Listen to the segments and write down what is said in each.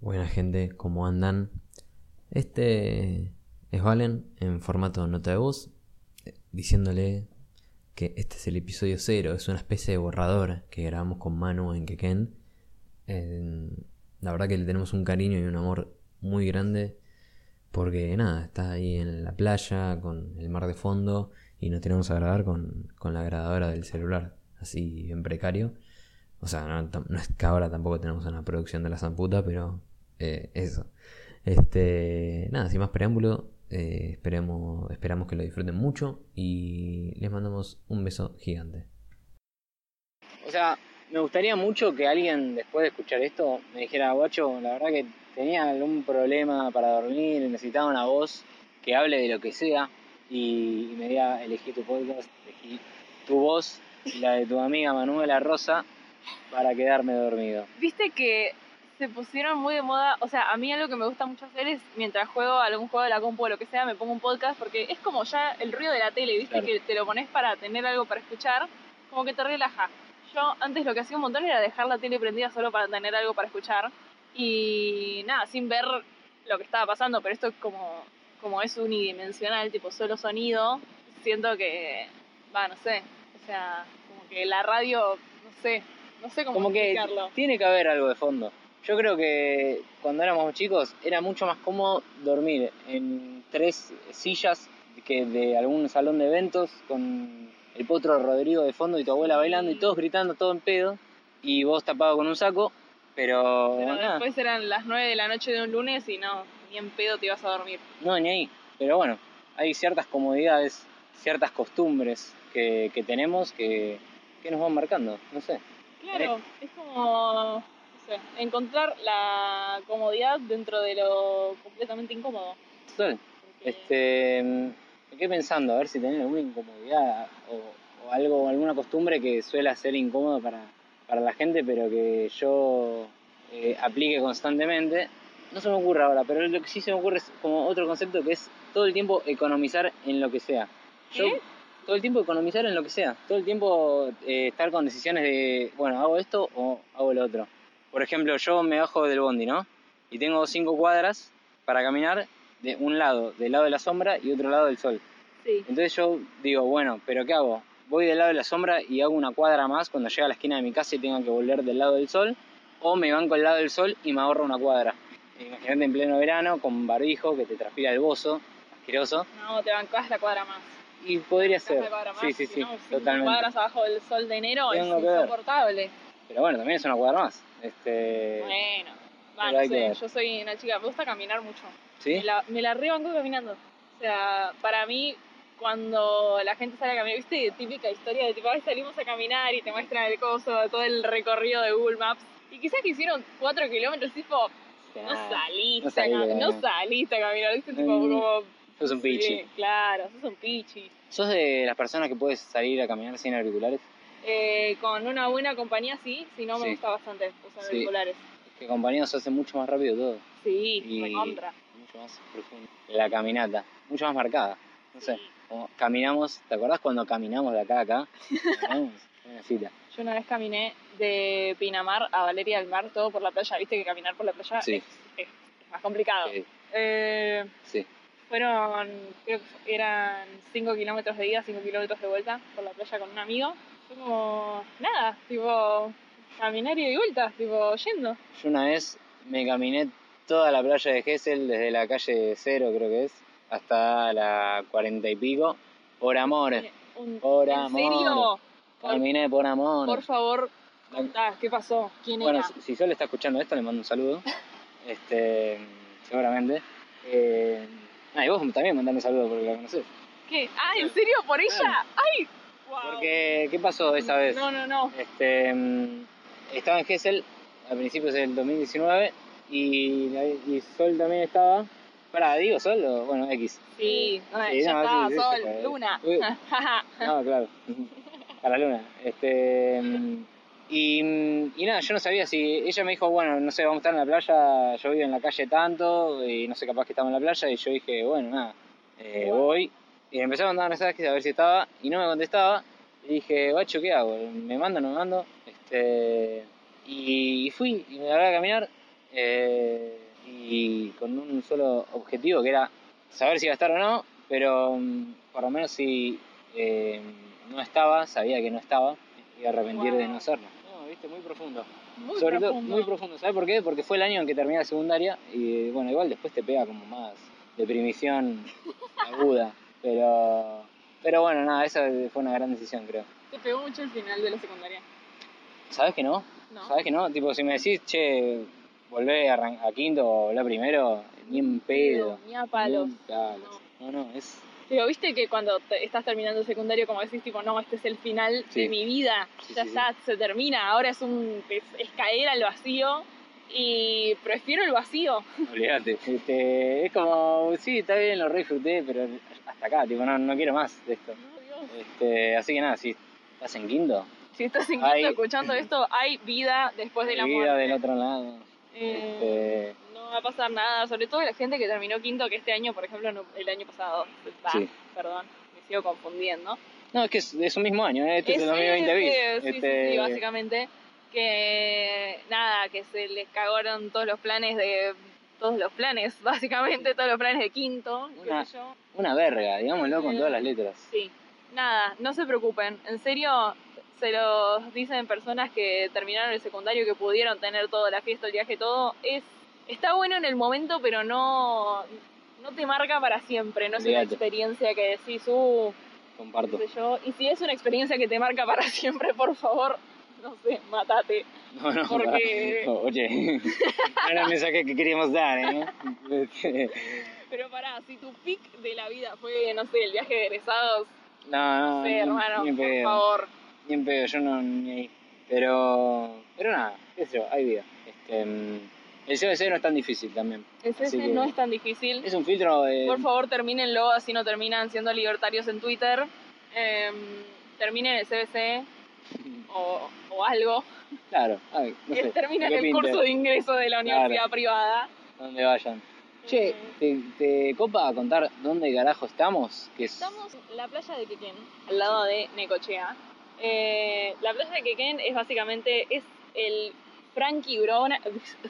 Buena gente, ¿cómo andan? Este es Valen en formato nota de voz, eh, diciéndole que este es el episodio cero, es una especie de borrador que grabamos con Manu en Quequén. Eh, la verdad que le tenemos un cariño y un amor muy grande porque nada, está ahí en la playa con el mar de fondo y nos tenemos a grabar con, con la grabadora del celular, así en precario. O sea, no, tam- no es que ahora tampoco tenemos una producción de la zamputa, pero eh, eso. Este, nada, sin más preámbulo, eh, esperemos, esperamos que lo disfruten mucho y les mandamos un beso gigante. O sea, me gustaría mucho que alguien después de escuchar esto me dijera, guacho, la verdad que tenía algún problema para dormir, necesitaba una voz que hable de lo que sea y, y me diga, elegí tu podcast, elegí tu voz y la de tu amiga Manuela Rosa para quedarme dormido. Viste que se pusieron muy de moda, o sea, a mí algo que me gusta mucho hacer es mientras juego algún juego de la compu o lo que sea, me pongo un podcast porque es como ya el ruido de la tele, viste Claro. que te lo pones para tener algo para escuchar, como que te relaja. Yo antes lo que hacía un montón era dejar la tele prendida solo para tener algo para escuchar y nada, sin ver lo que estaba pasando, pero esto como, como es unidimensional, tipo solo sonido, siento que, va, no sé, o sea, como que la radio, no sé, no sé cómo Como que explicarlo. tiene que haber algo de fondo. Yo creo que cuando éramos chicos era mucho más cómodo dormir en tres sillas que de algún salón de eventos con el potro Rodrigo de fondo y tu abuela bailando y todos gritando todo en pedo y vos tapado con un saco, pero, Pero nada, después eran las 9 de la noche de un lunes y no, ni en pedo te ibas a dormir. no ni ahí. Pero bueno, hay ciertas comodidades, ciertas costumbres que, que tenemos que, que nos van marcando, no sé. Claro, es como, no sé, encontrar la comodidad dentro de lo completamente incómodo. Sol, Porque- Este, me quedé pensando, a ver si tenés alguna incomodidad o, o algo, alguna costumbre que suele ser incómodo para, para la gente, pero que yo eh, aplique constantemente. No se me ocurre ahora, pero lo que sí se me ocurre es como otro concepto que es todo el tiempo economizar en lo que sea. Yo ¿Qué? todo el tiempo economizar en lo que sea, todo el tiempo eh, estar con decisiones de, bueno, hago esto o hago lo otro. Por ejemplo, yo me bajo del bondi, ¿no? Y tengo cinco cuadras para caminar de un lado, del lado de la sombra y otro lado del sol. Sí. Entonces yo digo, bueno, pero ¿qué hago? Voy del lado de la sombra y hago una cuadra más cuando llegue a la esquina de mi casa y tenga que volver del lado del sol, o me banco al lado del sol y me ahorro una cuadra. Imagínate en pleno verano, con barbijo, que te transpira el bozo, asqueroso, No, te bancás la cuadra más. y podría Te bancás ser. la cuadra más. Sí, sí, si sí, no, cinco totalmente. cuadras abajo del sol de enero es Tengo que ver. insoportable. Pero bueno, también es una cuadra más. Este, Bueno, va, Pero no hay que sé, ver. yo soy una chica, me gusta caminar mucho. ¿Sí? Me la, me la rebanco caminando. O sea, para mí, cuando la gente sale a caminar, viste, típica historia de tipo, "Ay, salimos a caminar y te muestran el coso, todo el recorrido de Google Maps. Y quizás que hicieron 4 kilómetros, tipo, no Ah, no saliste, a salí a cam- no caminar. saliste a caminar, viste, tipo, Mm, como. Sos un sí, pichi. claro, sos un pichi. ¿Sos de las personas que puedes salir a caminar sin auriculares? Eh, con una buena compañía, sí, si no, me Sí. gusta bastante usar Sí. auriculares. Que compañeros se hace mucho más rápido todo. Sí, Y- recontra. Mucho más profundo. La caminata. Mucho más marcada. No sé. Sí. Como caminamos, ¿te acordás cuando caminamos de acá a acá? Caminamos una fila. Yo una vez caminé de Pinamar a Valeria del Mar, todo por la playa. Viste que caminar por la playa Sí. Ah, es, es- es más complicado. Sí, Eh, sí. fueron, creo que eran 5 kilómetros de ida, 5 kilómetros de vuelta por la playa con un amigo. Fue como, nada, tipo, caminar y de vuelta, tipo, yendo. Yo una vez me caminé toda la playa de Gessel, desde la calle cero creo que es, hasta la cuarenta y pico, por amor. Eh, Un- Por ¿En amor. serio? Por- Caminé por amor. Por favor, contá, ¿qué pasó? ¿Quién Bueno, era? si- si Sol está escuchando esto, le mando un saludo. Este, seguramente. Eh, ah, y vos también mandame un saludo porque la conocés. ¿Qué? Ah, ¿en serio? ¿Por ella? ¡Ay! Wow. Porque, ¿qué pasó esa vez? No, no, no. Este, mm, estaba en Gessel a principios del 2019 y, la- y Sol también estaba. Pará, digo Sol o bueno, X. Sí, ya Sí, no, está, sí, sí, sol, se puede. luna. Uy. No, Ah, claro. A la luna. Este. mm, Y, mm, y nada, yo no sabía si. Ella me dijo, bueno, no sé, vamos a estar en la playa. Yo vivo en la calle tanto. Y no sé, capaz que estaba en la playa. Y yo dije, bueno, nada, eh, Bueno. voy. Y le empecé a mandar mensajes a ver si estaba. Y no me contestaba. Y dije, guacho, ¿qué hago? ¿Me mando o no me mando? Este. Y, y fui. Y me largué a caminar. eh, y con un solo objetivo que era saber si gastar o no, pero mm, por lo menos si eh, no estaba, sabía que no estaba, iba a arrepentir Wow. de no hacerlo. No, viste, muy profundo. Muy Sobre todo, profundo. muy profundo. ¿Sabes por qué? Porque fue el año en que terminé la secundaria y bueno, igual después te pega como más deprimición aguda. Pero, pero bueno, nada, esa fue una gran decisión, creo. Te pegó mucho el final de la secundaria. ¿Sabes que no? No. ¿Sabes que no? Tipo, si me decís, che, volvé a, arran- a quinto o volvé a primero, ni en pedo. Ni a palos. Ni en palos. No, no, es. Pero viste que cuando te- estás terminando el secundario, como decís, tipo, no, este es el final Sí. de mi vida, Sí, ya sí, está, se termina, ahora es, un, es, es caer al vacío y prefiero el vacío. Olvídate. Este, es como, sí, está bien, lo re disfruté, pero hasta acá, tipo, no, no quiero más de esto. Este, así que nada, si estás en quinto, Si estás en Hay- quinto escuchando esto, hay vida después de la vida muerte. del otro lado. Eh, Este, No va a pasar nada, sobre todo la gente que terminó quinto, que este año, por ejemplo, no- el año pasado, va, Sí. perdón, me sigo confundiendo. No, es que es, es un mismo año, ¿eh? este es, el Ese, 2020 bis. ese, sí, sí, Este, sí, básicamente. Que nada, que se les cagaron todos los planes de. Todos los planes, básicamente, todos los planes de quinto. qué Una- sé yo. Una verga, digámoslo con Eh, todas las letras. Sí. Nada, no se preocupen. En serio, se los dicen personas que terminaron el secundario, que pudieron tener toda la fiesta, el viaje, todo. Es, está bueno en el momento, pero no, no te marca para siempre. No es una Olvídate. experiencia que decís, uh, Comparto. qué sé yo. Y si es una experiencia que te marca para siempre, por favor, no sé, matate. No, no, Porque- no, oye, no era el mensaje que queríamos dar, ¿eh? Este, Pero pará, si tu pic de la vida fue, no sé, el viaje de egresados, no, no, no sé, Ah, ni- hermano, ni en por pedo, favor. ni en pedo, yo no, ni ahí. Pero, pero nada, qué sé yo, hay vida. Este, mm, el CBC no es tan difícil también. El Así CC que- no es tan difícil. Es un filtro de... Por favor, termínenlo, así no terminan siendo libertarios en Twitter. Em, terminen el CBC o, o algo. Claro, ay, no Que sé. terminen lo el que pinte, curso de ingreso de la universidad Claro. privada. Donde vayan. Che, Em, ¿te, te copa contar dónde carajo estamos? Que es... Estamos en la playa de Quequén, al lado de Necochea. Eh, la playa de Quequén es básicamente es el Frankie, Brona-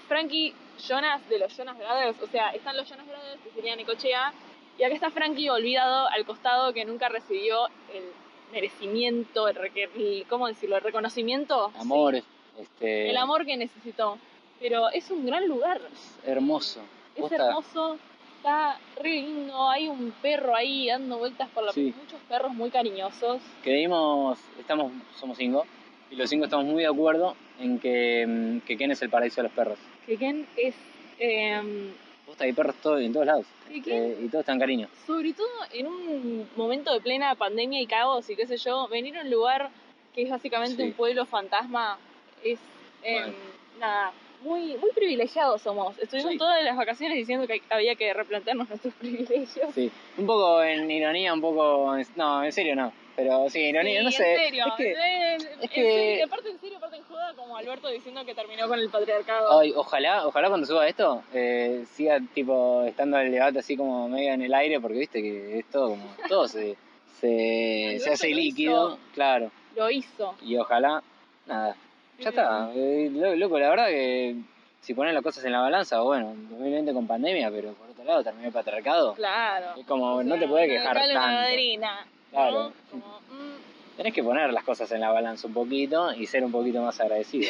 Frankie Jonas de los Jonas Brothers. O sea, están los Jonas Brothers, que sería Necochea. Y acá está Frankie olvidado al costado que nunca recibió el merecimiento, el, reque- el- ¿cómo decirlo? El reconocimiento. Amor, Sí, este... el amor que necesitó. Pero es un gran lugar. Es hermoso. Es Posta. hermoso, está re lindo, hay un perro ahí dando vueltas por la Sí. muchos perros muy cariñosos. Creímos, estamos, somos cinco, y los cinco estamos muy de acuerdo en que, mm, que Ken es el paraíso de los perros. Quequén es, eh, Posta, hay perros todo- en todos lados. ¿Y qué? Este, y todos están cariño. sobre todo en un momento de plena pandemia y caos y qué sé yo, venir a un lugar que es básicamente Sí. un pueblo fantasma es, eh, Mal. nada, muy, muy privilegiados somos. Estuvimos Sí. todas las vacaciones diciendo que había que replantearnos nuestros privilegios. Sí. Un poco en ironía, un poco... en- no, en serio no. Pero sí, ironía, Sí, no sé. En serio, Es que, en- en- en que- serio, de parte en serio, parte en joda, como Alberto diciendo que terminó con el patriarcado. ay, ojalá, ojalá cuando suba esto, eh, siga tipo estando el debate así como medio en el aire, porque viste que es todo como... Todo se, se, se hace Alberto lo líquido, hizo. claro. Lo hizo. Y ojalá, nada, Ya está, eh, lo- loco, la verdad que si ponen las cosas en la balanza, bueno, 2020 con pandemia, pero por otro lado terminó el patriarcado. Claro. Es como, O no sea, te puedes una quejar local, una tanto. madrina, ¿no? Claro. Como, mm, Tenés que poner las cosas en la balanza un poquito y ser un poquito más agradecido.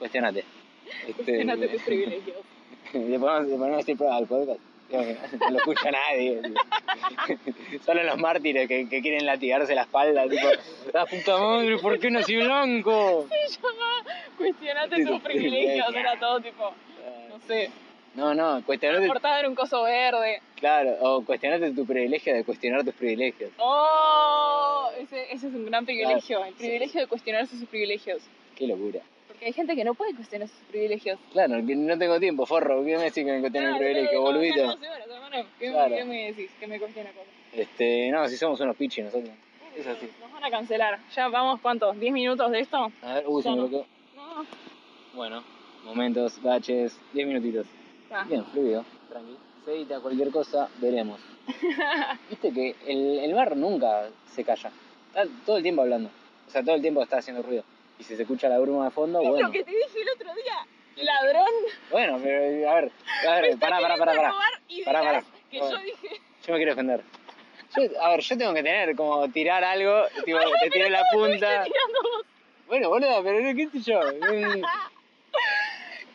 Cuestionate. Este, cuestionate tus privilegios. Le ponemos, le ponemos este pro- al podcast. Digo que No lo escucha nadie. Solo los mártires que, que quieren latigarse la espalda. Tipo, la puta madre, ¿por qué nací blanco? Y yo, ah, Cuestionate Sí, tus sí, privilegios. claro. Era todo tipo, no sé, No, no, cuestionate, portada era un coso verde. claro, o cuestionate tu privilegio de cuestionar tus privilegios. Oh, ese, ese es un gran privilegio. El sí. privilegio de cuestionarse sus privilegios. Qué locura. Porque hay gente que no puede cuestionar sus privilegios. Claro, que no tengo tiempo, forro. ¿Qué me decís que me cuestiona el Claro, privilegio, tengo que boludito? trabajar 12 horas, hermano. ¿Qué, me- Claro. qué me decís? ¿Qué me cuestiona cosas? Este, no, si somos unos pichis nosotros. Es así. Nos van a cancelar. Ya vamos, ¿cuántos? ¿10 minutos de esto? A ver, uy, se Ya me no. bloqueó. No. Bueno, momentos, baches, 10 minutitos. Ah. Bien, fluido, tranqui. Se edita cualquier cosa, veremos. Viste que el, el mar nunca se calla. Está todo el tiempo hablando. O sea, todo el tiempo está haciendo ruido. Y si se escucha la bruma de fondo, Es bueno. lo que te dije el otro día. Ladrón. Bueno, pero a ver, a ver, pará, pará, pará, pará. Pará, Pará, pará. Que A ver. yo dije, Yo me quiero defender. Yo- a ver, yo tengo que tener como tirar algo, tipo, te tiro la punta. tirando vos. Bueno, boludo, pero qué sé yo. Mm.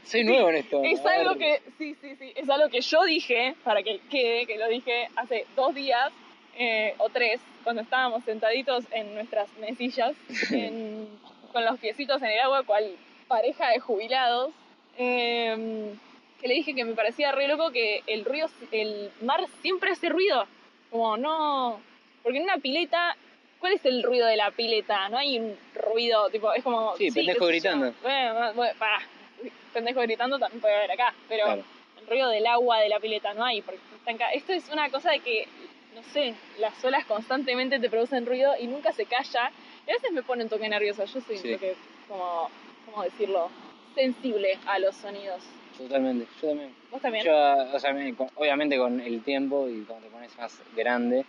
Soy nuevo en esto. Es a algo ver. que, sí, sí, sí, es algo que yo dije, para que quede, que lo dije hace dos días eh, o tres, cuando estábamos sentaditos en nuestras mesillas, en- con los piecitos en el agua, cual pareja de jubilados, eh, que le dije que me parecía re loco que el ruido, el mar siempre hace ruido. Como no, porque en una pileta, ¿cuál es el ruido de la pileta? No hay un ruido, tipo, es como... Sí, pendejo qué sé gritando. yo. Bueno, bueno, pará. Pendejo gritando también puede haber acá, pero Claro. el ruido del agua de la pileta no hay, porque está en ca- Esto es una cosa de que, no sé, las olas constantemente te producen ruido y nunca se calla. Y a veces me pone un toque nerviosa, yo soy Sí. un toque, como, ¿cómo decirlo? Sensible a los sonidos. Totalmente, yo también. ¿Vos también? Yo, o sea, me- con- obviamente con el tiempo y cuando te pones más grande,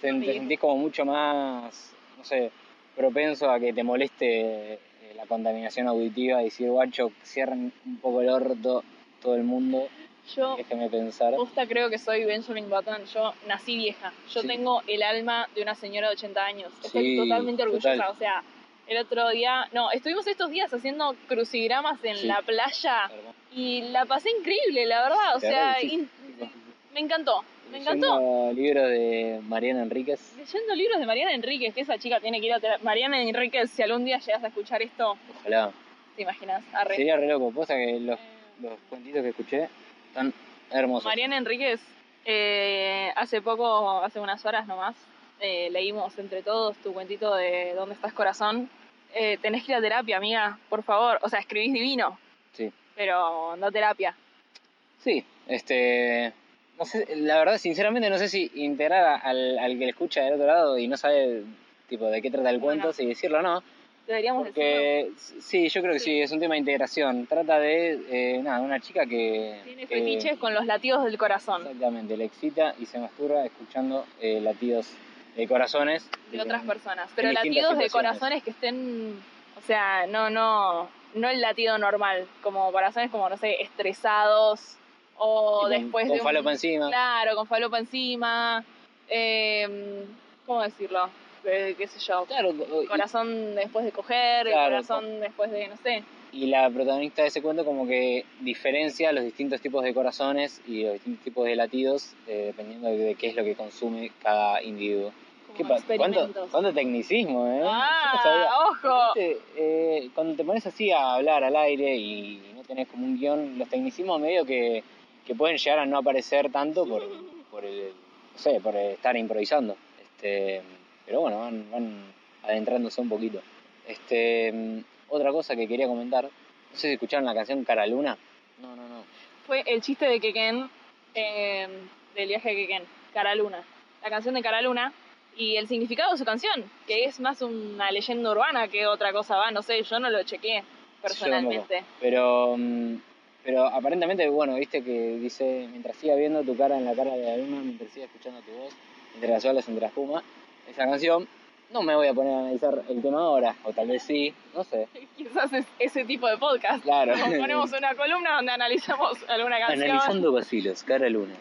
se- te Sí. sentís como mucho más, no sé, propenso a que te moleste eh, la contaminación auditiva y decir, guacho, cierren un poco el orto todo el mundo, Yo déjeme pensar. Posta creo que soy Benjamin Button, yo nací vieja, yo Sí. tengo el alma de una señora de 80 años, estoy Sí, totalmente orgullosa, total. o sea, el otro día, no, estuvimos estos días haciendo crucigramas en Sí. la playa y la pasé increíble, la verdad, o Sí, sea, sí. in- me encantó, me encantó. Leyendo libros de Mariana Enríquez. Leyendo libros de Mariana Enríquez, que esa chica tiene que ir a terapia. Mariana Enríquez, si algún día llegas a escuchar esto, Ojalá. te imaginas, arre. Sería re loco. Posta que los, Eh, los cuentitos que escuché están hermosos. Mariana Enríquez, eh, hace poco, hace unas horas nomás, eh, leímos entre todos tu cuentito de ¿Dónde estás corazón? Eh, tenés que ir a terapia, amiga, por favor. O sea, escribís divino, Sí. pero no terapia. Sí, este. No sé, la verdad, sinceramente, no sé si integrar a- al, al que le escucha del otro lado y no sabe tipo de qué trata el Bueno. cuento, si decirlo o no. Deberíamos decirlo. Porque sí, yo creo que sí. Sí. es un tema de integración. Trata de eh, nada, una chica que. Tiene que- fetiches con los latidos del corazón Exactamente, le excita y se masturba escuchando eh, latidos de corazones de otras diferentes. personas. Pero distintas latidos de situaciones. corazones que estén, o sea, no, no, no el latido normal, como corazones como, no sé, estresados Y o con- después con de un- falopa encima. Claro, con falopa encima. eh, ¿Cómo decirlo? Eh, ¿Qué sé yo? Claro, y- Corazón después de coger, Claro, corazón después de, no sé. y la protagonista de ese cuento como que diferencia los distintos tipos de corazones y los distintos tipos de latidos eh, dependiendo de, de qué es lo que consume cada individuo. Como ¿Qué pa- experimentos. ¿cuánto, cuánto tecnicismo, eh? Yo no sabía. ¡Ah! ¡Ojo! Viste, eh, cuando te pones así a hablar al aire y no tenés como un guión, los tecnicismos medio que, que pueden llegar a no aparecer tanto por, por el, no sé, por estar improvisando. Este, pero bueno, van, van adentrándose un poquito. Este, mm, otra cosa que quería comentar, no sé si escucharon la canción Cara Luna. No, no, no. Fue el chiste de Keken, eh, del viaje de Keken, Cara Luna. La canción de Cara Luna y el significado de su canción, que es más una leyenda urbana que otra cosa va, no sé, yo no lo chequeé personalmente. Pero, mm, pero aparentemente, bueno, viste que dice, mientras siga viendo tu cara en la cara de la luna, mientras siga escuchando tu voz, entre las olas, entre la espuma, esa canción, no me voy a poner a analizar el tema ahora, o tal vez sí, no sé, Quizás es ese tipo de podcast. claro. Nos ponemos una columna donde analizamos alguna canción. Analizando vacilos, cara luna.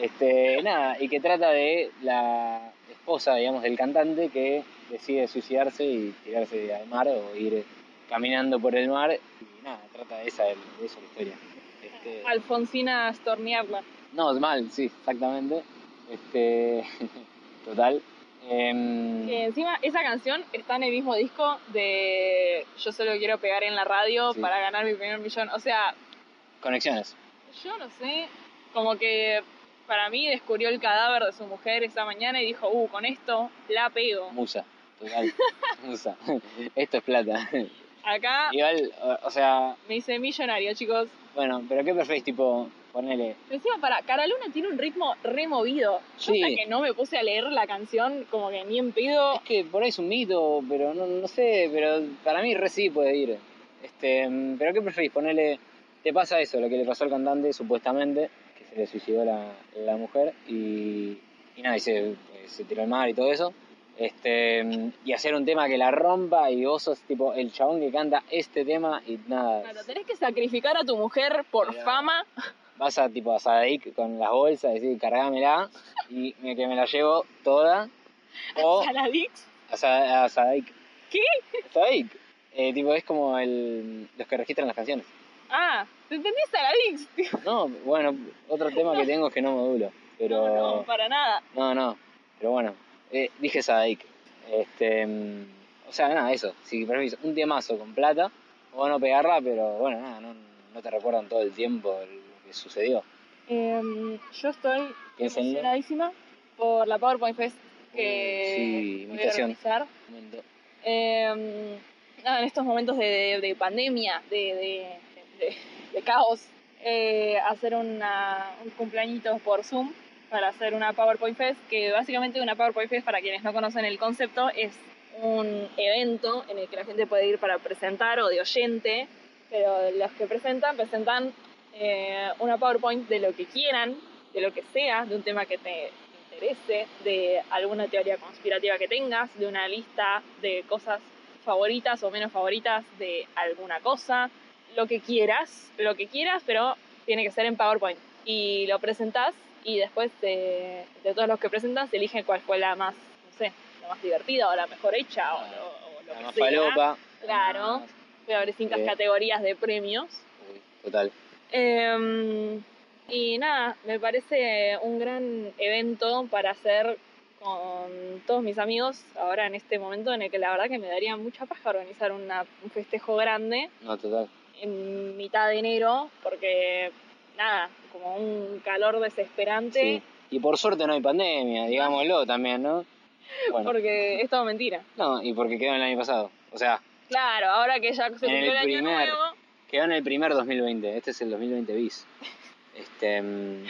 Este, nada, y que trata de la esposa, digamos, del cantante que decide suicidarse y tirarse al mar o ir caminando por el mar. Y nada, trata de esa, de eso la historia. Este, Alfonsina Storniarla. no, es mal, sí, exactamente. Este, total. Em, Que Eh, encima esa canción está en el mismo disco de Yo solo quiero pegar en la radio Sí. para ganar mi primer millón. O sea, conexiones. yo no sé, como que para mí descubrió el cadáver de su mujer esa mañana y dijo, uh, con esto la pego. Musa. Total. Musa. Esto es plata. Acá Igual, o, o sea, me hice millonario, chicos. bueno, pero ¿qué preferís? Tipo, ponele Pero Encima, para Caraluna tiene un ritmo removido. Yo Sí. hasta que no me puse a leer la canción, como que ni en pedo. Es que por ahí es un mito, pero no, no sé, pero para mí re sí puede ir. Este, mm, pero ¿qué preferís? Ponerle, te pasa eso, lo que le pasó al cantante supuestamente, que se le suicidó la, la mujer y, y nada, y se, se tiró al mar y todo eso. Este, y hacer un tema que la rompa y vos sos tipo el chabón que canta este tema y nada. Claro, tenés que sacrificar a tu mujer por Claro. fama. Vas a tipo a Sadik con las bolsas, decir cargámela y me- que me la llevo toda. O A la Dix. a, Sa- a Sadik. ¿Qué? Sadik. Eh, tipo, es como el, los que registran las canciones. Ah, ¿te entendés a la Dix? No, bueno, otro tema que tengo es que no modulo. Pero. No, no, para nada. No, no. Pero bueno, eh, dije Sadaik. Este, mm, o sea, nada, eso. Si preferís un temazo con plata, o no pegarla, pero bueno, nada, no, no te recuerdan todo el tiempo lo que sucedió. Em, yo estoy Piénsenlo. emocionadísima por la PowerPoint Fest que Eh, Sí, voy a invitación. organizar. Un momento. Em, nada, en estos momentos de, de- de pandemia, de, de- de- de caos, eh, hacer una, un cumpleañito por Zoom para hacer una PowerPoint Fest, que básicamente una PowerPoint Fest, para quienes no conocen el concepto, es un evento en el que la gente puede ir para presentar o de oyente, pero los que presentan, presentan eh, una PowerPoint de lo que quieran, de lo que sea, de un tema que te interese, de alguna teoría conspirativa que tengas, de una lista de cosas favoritas o menos favoritas de alguna cosa, lo que quieras, lo que quieras, pero tiene que ser en PowerPoint. Y lo presentás y después eh, de, todos los que presentan se elige cuál fue la más, no sé, la más divertida o la mejor hecha o, o- o lo La que más sea. falopa. Eh. Claro. Voy a haber cinco Sí. categorías de premios. Uy, total. Eh, y nada, me parece un gran evento para hacer con todos mis amigos ahora en este momento en el que la verdad que me daría mucha paja organizar una- un festejo grande No, total. en mitad de enero porque nada, como un calor desesperante Sí. Y por suerte no hay pandemia, digámoslo también, ¿no? Bueno, porque es todo mentira. no, y porque quedó en el año pasado. O sea, Claro, ahora que ya se cumplió En el el, año primer. nuevo, Quedó en el primer 2020, este es el 2020 bis. Este, mm,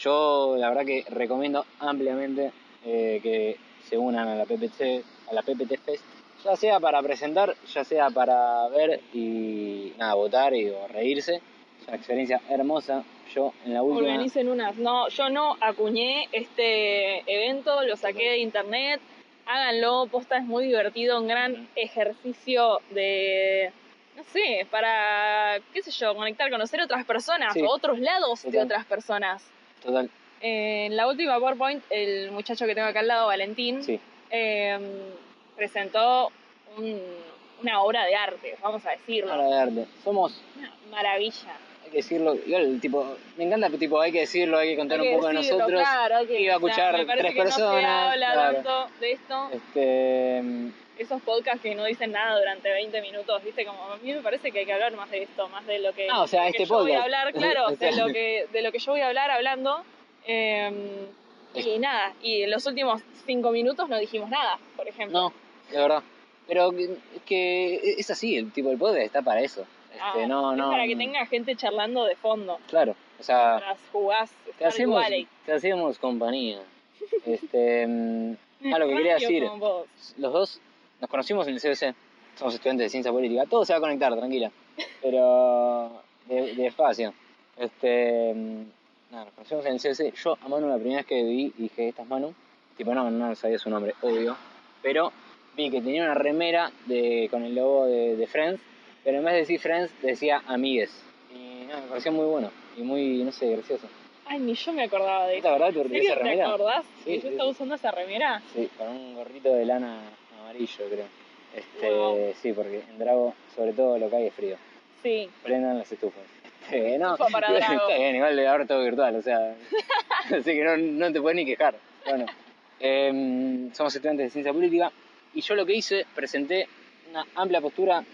yo la verdad que recomiendo ampliamente eh, que se unan a la PPT, a la PPT Fest, ya sea para presentar, ya sea para ver y nada, votar y o reírse. Es una experiencia hermosa. Yo en la última organicen unas. No, yo no acuñé este evento, lo saqué de internet. Háganlo, posta es muy divertido, un gran Ujú. ejercicio de, no sé, para, qué sé yo, conectar, conocer otras personas, Sí. o otros lados de Total. otras personas. total, Eh, en la última PowerPoint, el muchacho que tengo acá al lado, Valentín, sí, eh, presentó un- una obra de arte, vamos a decirlo. para de arte. Somos, Una maravilla. hay que decirlo, igual, tipo, me encanta, tipo, hay que decirlo, hay que contar Hay un que poco decirlo, de nosotros. claro, hay que- iba a escuchar me parece tres que No se personas, habla claro. tanto de esto. Este, mm, Esos podcasts que no dicen nada durante 20 minutos, ¿viste? Como a mí me parece que hay que hablar más de esto, más de lo que, Ah, o sea, de lo este que yo voy a podcast. hablar, claro, O sea. de, lo que, de lo que yo voy a hablar hablando. eh, y nada, y en los últimos 5 minutos no dijimos nada, por ejemplo. No, de verdad. Pero que, que es así, el tipo del podcast está para eso. Ah, Este, no, es no. para que tenga gente charlando de fondo. Claro, o sea, Mientras jugás, te hacemos, igual, eh. te hacemos compañía. Este, mm, ah, lo que quería decir. los dos nos conocimos en el CBC. Somos estudiantes de ciencia política. Todo se va a conectar, tranquila. Pero de, de espacio. Este, mm, nada, nos conocimos en el CBC. Yo a Manu la primera vez que vi dije, esta es Manu. Tipo, no, no sabía su nombre, obvio. Pero vi que tenía una remera de, con el logo de, de Friends. Pero en vez de decir Friends, decía Amigues. Y no, me pareció muy bueno. Y muy, no sé, gracioso. Ay, ni yo me acordaba de ¿Es eso. la verdad ¿En que serio esa te remera? acordás? Sí, que yo sí, estaba sí. usando esa remera. Sí, con un gorrito de lana amarillo, creo. Este, Wow. Sí, porque en Drago, sobre todo, lo que hay es frío. Sí. Prendan las estufas. Este, no, Estufa para Drago. está bien, igual ahora todo virtual, o sea. así que no, no te puedes ni quejar. Bueno, em, somos estudiantes de ciencia política y yo lo que hice, presenté una amplia postura,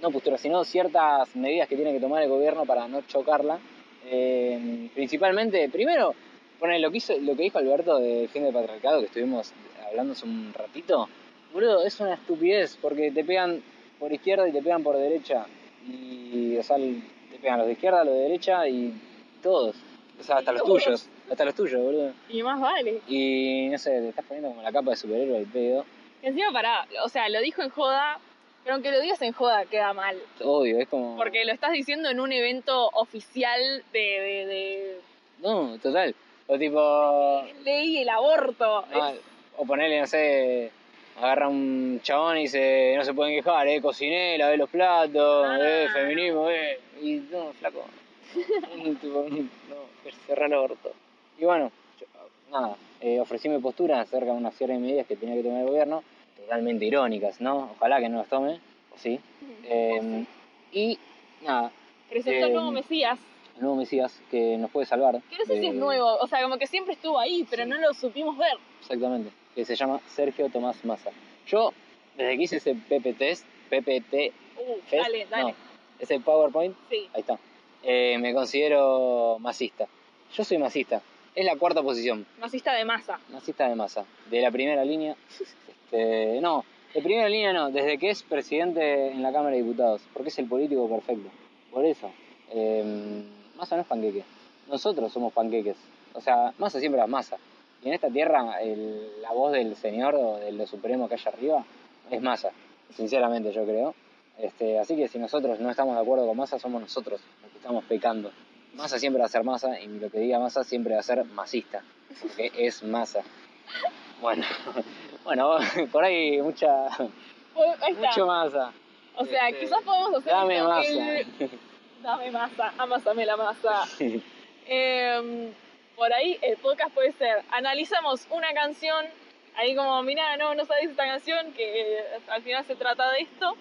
no postura, sino ciertas medidas que tiene que tomar el gobierno para no chocarla. Em, principalmente, primero, poner lo que, hizo, lo que dijo Alberto del fin del patriarcado, que estuvimos hablando hace un ratito, boludo, es una estupidez, porque te pegan por izquierda y te pegan por derecha. Y, o sea, te pegan los de izquierda, los de derecha y todos. O sea, hasta los Todos. tuyos, hasta los tuyos, boludo. Y más vale. Y, no sé, te estás poniendo como la capa de superhéroe al pedo. Y encima pará, o sea, lo dijo en joda, pero aunque lo digas en joda queda mal. Obvio, es como... Porque lo estás diciendo en un evento oficial de, de, de- No, total. O tipo... ley el aborto. ah, Es- o ponerle, no sé, agarra un chabón y dice, no se pueden quejar, eh, cociné, lavé los platos, Ah. eh, feminismo, eh. Y no, flaco. Tipo, no, cerrá el orto. Y bueno, yo, nada, eh, ofrecí mi postura acerca de una serie de medidas que tenía que tomar el gobierno, totalmente irónicas, ¿no? Ojalá que no las tome, o sí. Eh, y nada, Presentó eh, el nuevo Mesías. el nuevo Mesías que nos puede salvar. Que no sé si de- es nuevo, o sea, como que siempre estuvo ahí, pero eh, Sí. no lo supimos ver. Exactamente, que se llama Sergio Tomás Massa. Yo, desde que hice ese PP test, PPT Uh, Fest, dale, dale. no, ese PowerPoint, Sí. ahí está, eh, me considero masista. Yo soy masista, es la cuarta posición, Masista de masa. masista de masa, de la primera línea, este, no, de primera línea no, desde que es presidente en la Cámara de Diputados, porque es el político perfecto, por eso. Eh, masa no es panqueque, nosotros somos panqueques, o sea, masa siempre las masa. Y en esta tierra, el- la voz del Señor o de lo supremo que hay arriba es masa, sinceramente yo creo. Este, así que si nosotros no estamos de acuerdo con masa, somos nosotros los que estamos pecando. Masa siempre va a ser masa y lo que diga masa siempre va a ser masista, porque es masa. Bueno, bueno, por ahí mucha, Oh, Ahí está. mucho masa. o sea, este, quizás podemos hacer. Dame esto, masa. el- Dame masa, amásame la masa. Eh, por ahí el podcast puede ser, analizamos una canción, ahí como, mirá, no, no sabéis esta canción, que eh, al final se trata de esto.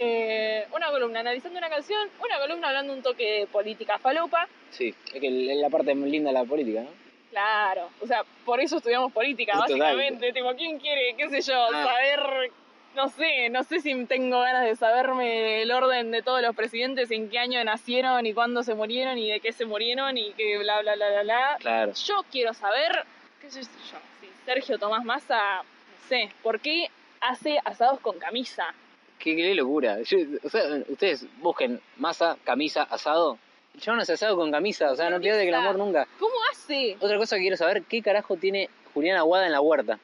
Eh, una columna analizando una canción, una columna hablando un toque de política falopa. Sí, es que es la parte linda de la política, ¿no? Claro, o sea, por eso estudiamos política, Total. básicamente. Tipo, ¿quién quiere, qué sé yo, Ah. saber, no sé, no sé si tengo ganas de saberme el orden de todos los presidentes, en qué año nacieron y cuándo se murieron y de qué se murieron y que bla, bla, bla, bla, bla. Claro. Yo quiero saber, qué sé yo, si Sergio Tomás Massa, no sé, ¿por qué hace asados con camisa? Qué, qué locura. Yo- o sea, ustedes busquen masa, camisa, asado. El chabón hace asado con camisa, o sea, no Camisa. pierde el amor nunca. ¿Cómo hace? Otra cosa que quiero saber, ¿qué carajo tiene Julián Aguada en la huerta?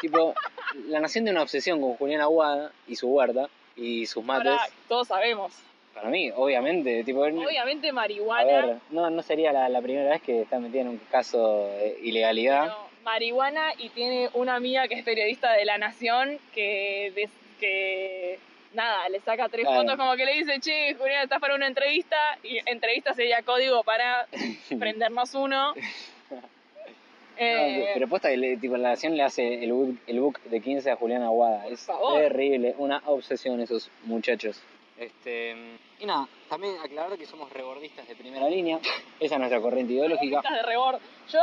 tipo, la nación tiene una obsesión con Julián Aguada y su huerta y sus mates. Ahora, todos sabemos. Para mí, obviamente, tipo... él- Obviamente A marihuana, ver, no, no sería la, la primera vez que está metida en un caso de ilegalidad. no, marihuana y tiene una amiga que es periodista de La Nación que, des- que nada, le saca tres Claro. fotos como que le dice, che, Julián, estás para una entrevista y entrevista sería código para prendernos uno. Eh, No, pero posta que le- tipo, la nación le hace el book, el book de 15 a Julián Aguada. Es favor. terrible, una obsesión esos muchachos. Este, y nada, también aclarar que somos rebordistas de primera línea. Esa es nuestra corriente ideológica. Estás de Rebord. Yo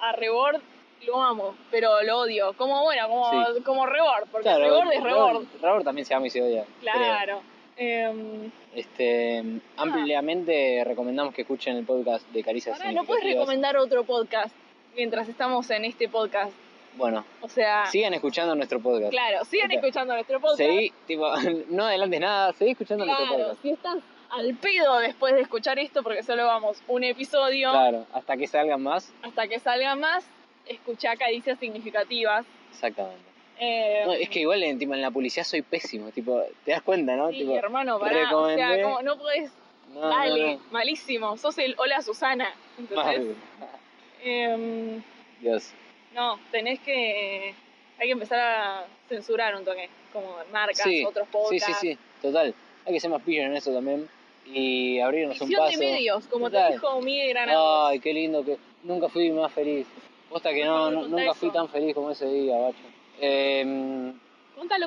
a Rebord lo amo, pero lo odio. Como bueno, como, Sí. como Rebord, porque Rebord es Rebord. Rebord, también se ama y se odia. creo. Claro. Em, Este, ampliamente recomendamos que escuchen el podcast de Caricias pará, no puedes Significativas. recomendar otro podcast mientras estamos en este podcast. Bueno, O sea, sigan escuchando nuestro podcast. Ah. claro, sigan Ok. escuchando nuestro podcast. Seguí, tipo, no adelantes nada, seguí escuchando nuestro Claro, podcast. si estás al pedo después de escuchar esto, porque solo vamos un episodio, Claro, hasta que salgan más, hasta que salga más, escucha caricias significativas. exactamente. Em, No, es que igual en, tipo, en la publicidad soy pésimo, tipo, te das cuenta, ¿no? sí, tipo, hermano, pará. O sea, recomendé- como no puedes no, no, Dale, no, malísimo. Sos el hola Susana. Entonces, mal. em, Dios. no, tenés que. Hay que empezar a censurar un toque. Como marcas, Sí, otros Sí, podcasts. sí, sí, total. Hay que ser más pillos en eso también y abrirnos un Visión de paso. medios, como Total. te dijo Miguel Granados. Ay, qué lindo que nunca fui más feliz. Posta que Por no, favor, no- contá nunca eso. fui tan feliz como ese día, bacho. Eh, Contalo,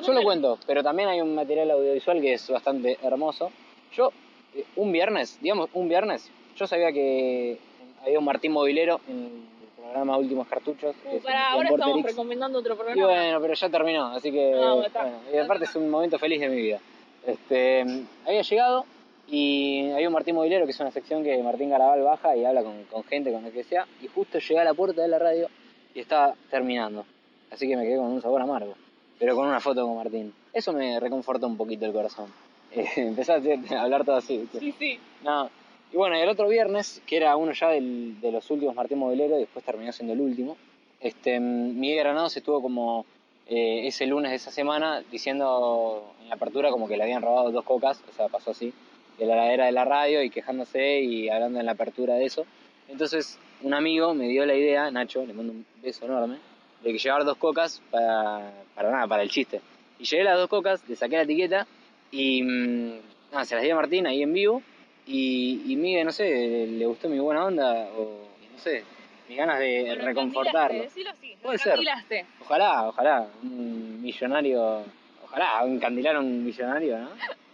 Yo lo contalo. cuento, pero también hay un material audiovisual que es bastante hermoso. Yo, eh, un viernes, digamos, un viernes, yo sabía que había un Martín Movilero en el programa Últimos Cartuchos. Uh, que es pará, en ahora estamos Vorterix. recomendando otro Y programa. bueno, pero ya terminó, así que. Ah, bueno, está. bueno, y aparte es un momento feliz de mi vida. Este, había llegado y había un Martín Movilero, que es una sección que Martín Garabal baja y habla con, con gente, con lo que sea. Y justo llegué a la puerta de la radio y estaba terminando. Así que me quedé con un sabor amargo, pero con una foto con Martín. Eso me reconforta un poquito el corazón. Eh, empecé a hacer- a hablar todo así. ¿viste? Sí, sí. No. Y bueno, y el otro viernes, que era uno ya del- de los últimos Martín Movilero, y después terminó siendo el último, este, mm, Miguel Granados estuvo como eh, ese lunes de esa semana diciendo en la apertura como que le habían robado dos cocas, o sea, pasó así, de la heladera de la radio y quejándose y hablando en la apertura de eso. Entonces, un amigo me dio la idea, Nacho, le mando un beso enorme, de que llevar dos cocas para, para nada, para el chiste. Y llevé las dos cocas, le saqué la etiqueta y mm, nada, se las di a Martín ahí en vivo. Y, y Miguel, no sé, le, le gustó mi buena onda o no sé, mis ganas de Bueno, reconfortarlo. encandilaste, Decilo así, Puede ser. encandilaste. Ojalá, ojalá, un millonario, ojalá, un candilar a un millonario, ¿no?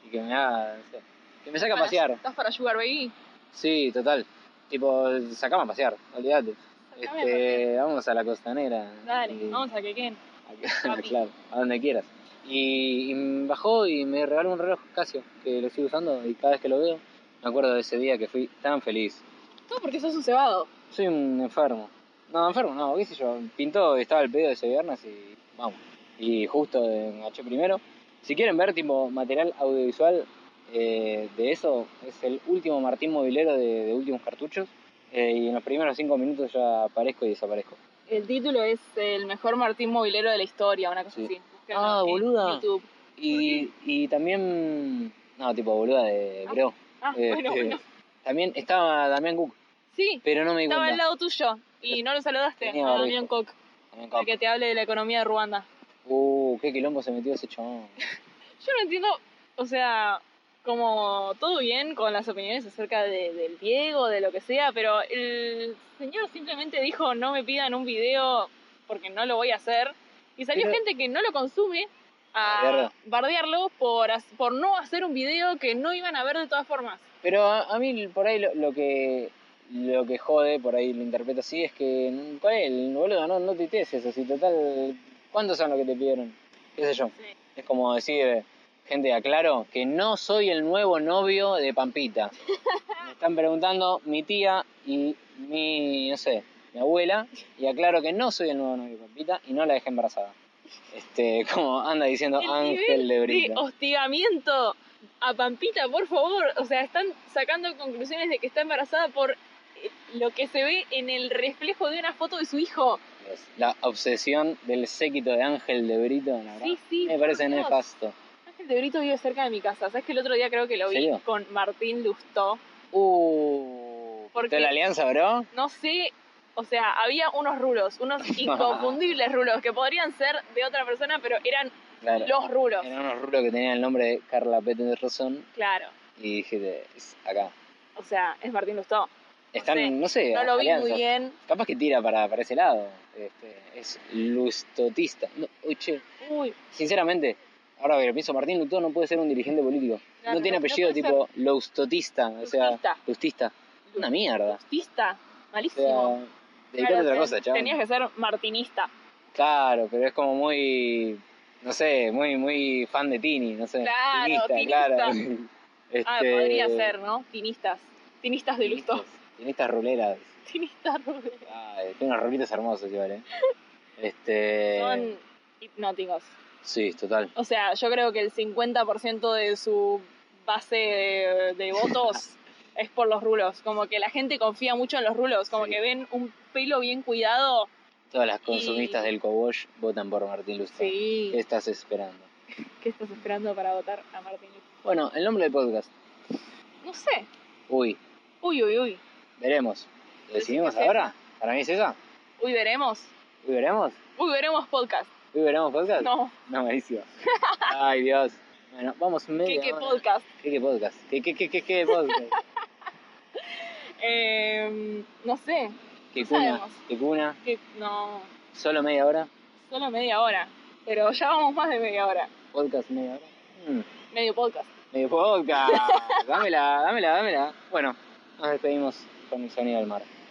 Y que me haga, no sé, que me saque a Para- pasear. ¿Estás para Sugar Baby? Sí, total. Tipo, sacame a pasear, olvídate. Sacame a Este, mm. vamos a la costanera. Dale, Y- vamos a que queden. a- papi. claro, a donde quieras. Y, y me bajó y me regaló un reloj Casio, que lo estoy usando y cada vez que lo veo, me acuerdo de ese día que fui tan feliz. Todo porque sos un cebado. Soy un enfermo. No, enfermo no, qué sé yo. Pintó, estaba el pedo ese viernes y vamos. Y justo enganché primero. Si quieren ver tipo material audiovisual eh, de eso, es el último Martín Movilero de, de Últimos Cartuchos. Eh, y en los primeros cinco minutos ya aparezco y desaparezco. El título es El mejor Martín Movilero de la historia, una cosa Sí. así. Ah, en boluda. YouTube. Y, y también... No, tipo boluda de bro. Ah, bueno, Este, bueno. También estaba Damián Cook, Sí, pero no me di estaba al cuenta. lado tuyo y no lo Este, saludaste Tenía a barbijo. Damián Koch, Damián Cook. para que te hable de la economía de Ruanda. Uh, qué quilombo se metió ese chabón. Yo no entiendo, o sea, como todo bien con las opiniones acerca de- del Diego, de lo que sea, pero el señor simplemente dijo no me pidan un video porque no lo voy a hacer. Y salió Pero- gente que no lo consume a Bardearlo. bardearlo por, as- por no hacer un video que no iban a ver de todas formas. Pero a, a mí por ahí lo, lo que lo que jode, por ahí lo interpreto así, es que ¿cuál es? boludo, no, no tuitees eso, si total, ¿cuántos son los que te pidieron? ¿Qué sé yo? Sí. Es como decir, gente, aclaro que no soy el nuevo novio de Pampita. Me están preguntando mi tía y mi, no sé, mi abuela, y aclaro que no soy el nuevo novio de Pampita y no la dejé embarazada. Este, como anda diciendo El Ángel de Sí, Brito. hostigamiento a Pampita, por favor. O sea, están sacando conclusiones de que está embarazada por eh, lo que se ve en el reflejo de una foto de su hijo. La obsesión del séquito de Ángel de Brito, la verdad. Sí, sí. Me parece por Dios. nefasto. Ángel de Brito vive cerca de mi casa. ¿Sabes que el otro día creo que lo vi ¿En serio? con Martín Lustó? Uh, ¿Por ¿Te qué? la alianza, bro? No sé, o sea, había unos rulos, unos inconfundibles rulos que podrían ser de otra persona, pero eran Claro. los rulos. Eran unos rulos que tenían el nombre de Carla Peterson Claro. y dije, es acá. O sea, es Martín Lustó. Están, sé, no sé, No lo vi alianzas. muy bien. Capaz que tira para, para ese lado. Este, es lustotista. No, uy, che, Uy, sinceramente, ahora que lo pienso, Martín Lutó no puede ser un dirigente político. Claro, no tiene no- no apellido puede tipo lustotista, o sea, Lustista. lustista. Una mierda. lustista. O sea, Malísimo. dedicate a Claro, otra ten- cosa, chaval. Tenías que ser martinista. Claro, pero es como muy, no sé, muy muy fan de Tini, no sé. Claro, tinista. claro. Ah, Este, podría ser, ¿no? Tinistas. Tinistas de listo. Tinistas ruleras. Tinistas de- Ay, tiene unos rulitos hermosos igual, ¿eh? Este... Son hipnóticos. Sí, total. O sea, yo creo que el 50% de su base de, de votos es por los rulos. Como que la gente confía mucho en los rulos. Como Sí. que ven un pelo bien cuidado. Todas las consumistas del Cobosh votan por Martín Lustó. Sí. ¿Qué estás esperando? ¿Qué estás esperando para votar a Martín? Bueno, el nombre del podcast. No sé. Uy, Uy, uy, uy. veremos. ¿Lo decidimos que es ahora? ¿Para mí es esa? Uy, veremos. ¿Uy, veremos? Uy, veremos podcast. ¿Uy, veremos podcast? No, No, buenísimo. Ay, Dios. Bueno, vamos ¿qué, media qué hora. podcast? ¿Qué, qué podcast? ¿Qué, qué, qué, qué, qué podcast? Eh, no sé. ¿Qué No cuna? sabemos. ¿Qué cuna? Que no, ¿Solo media hora? solo media hora. Pero ya vamos más de media hora. ¿Podcast media hora? Mm, Medio podcast. medio podcast. dámela, dámela, dámela. Bueno, nos despedimos con el sonido del mar.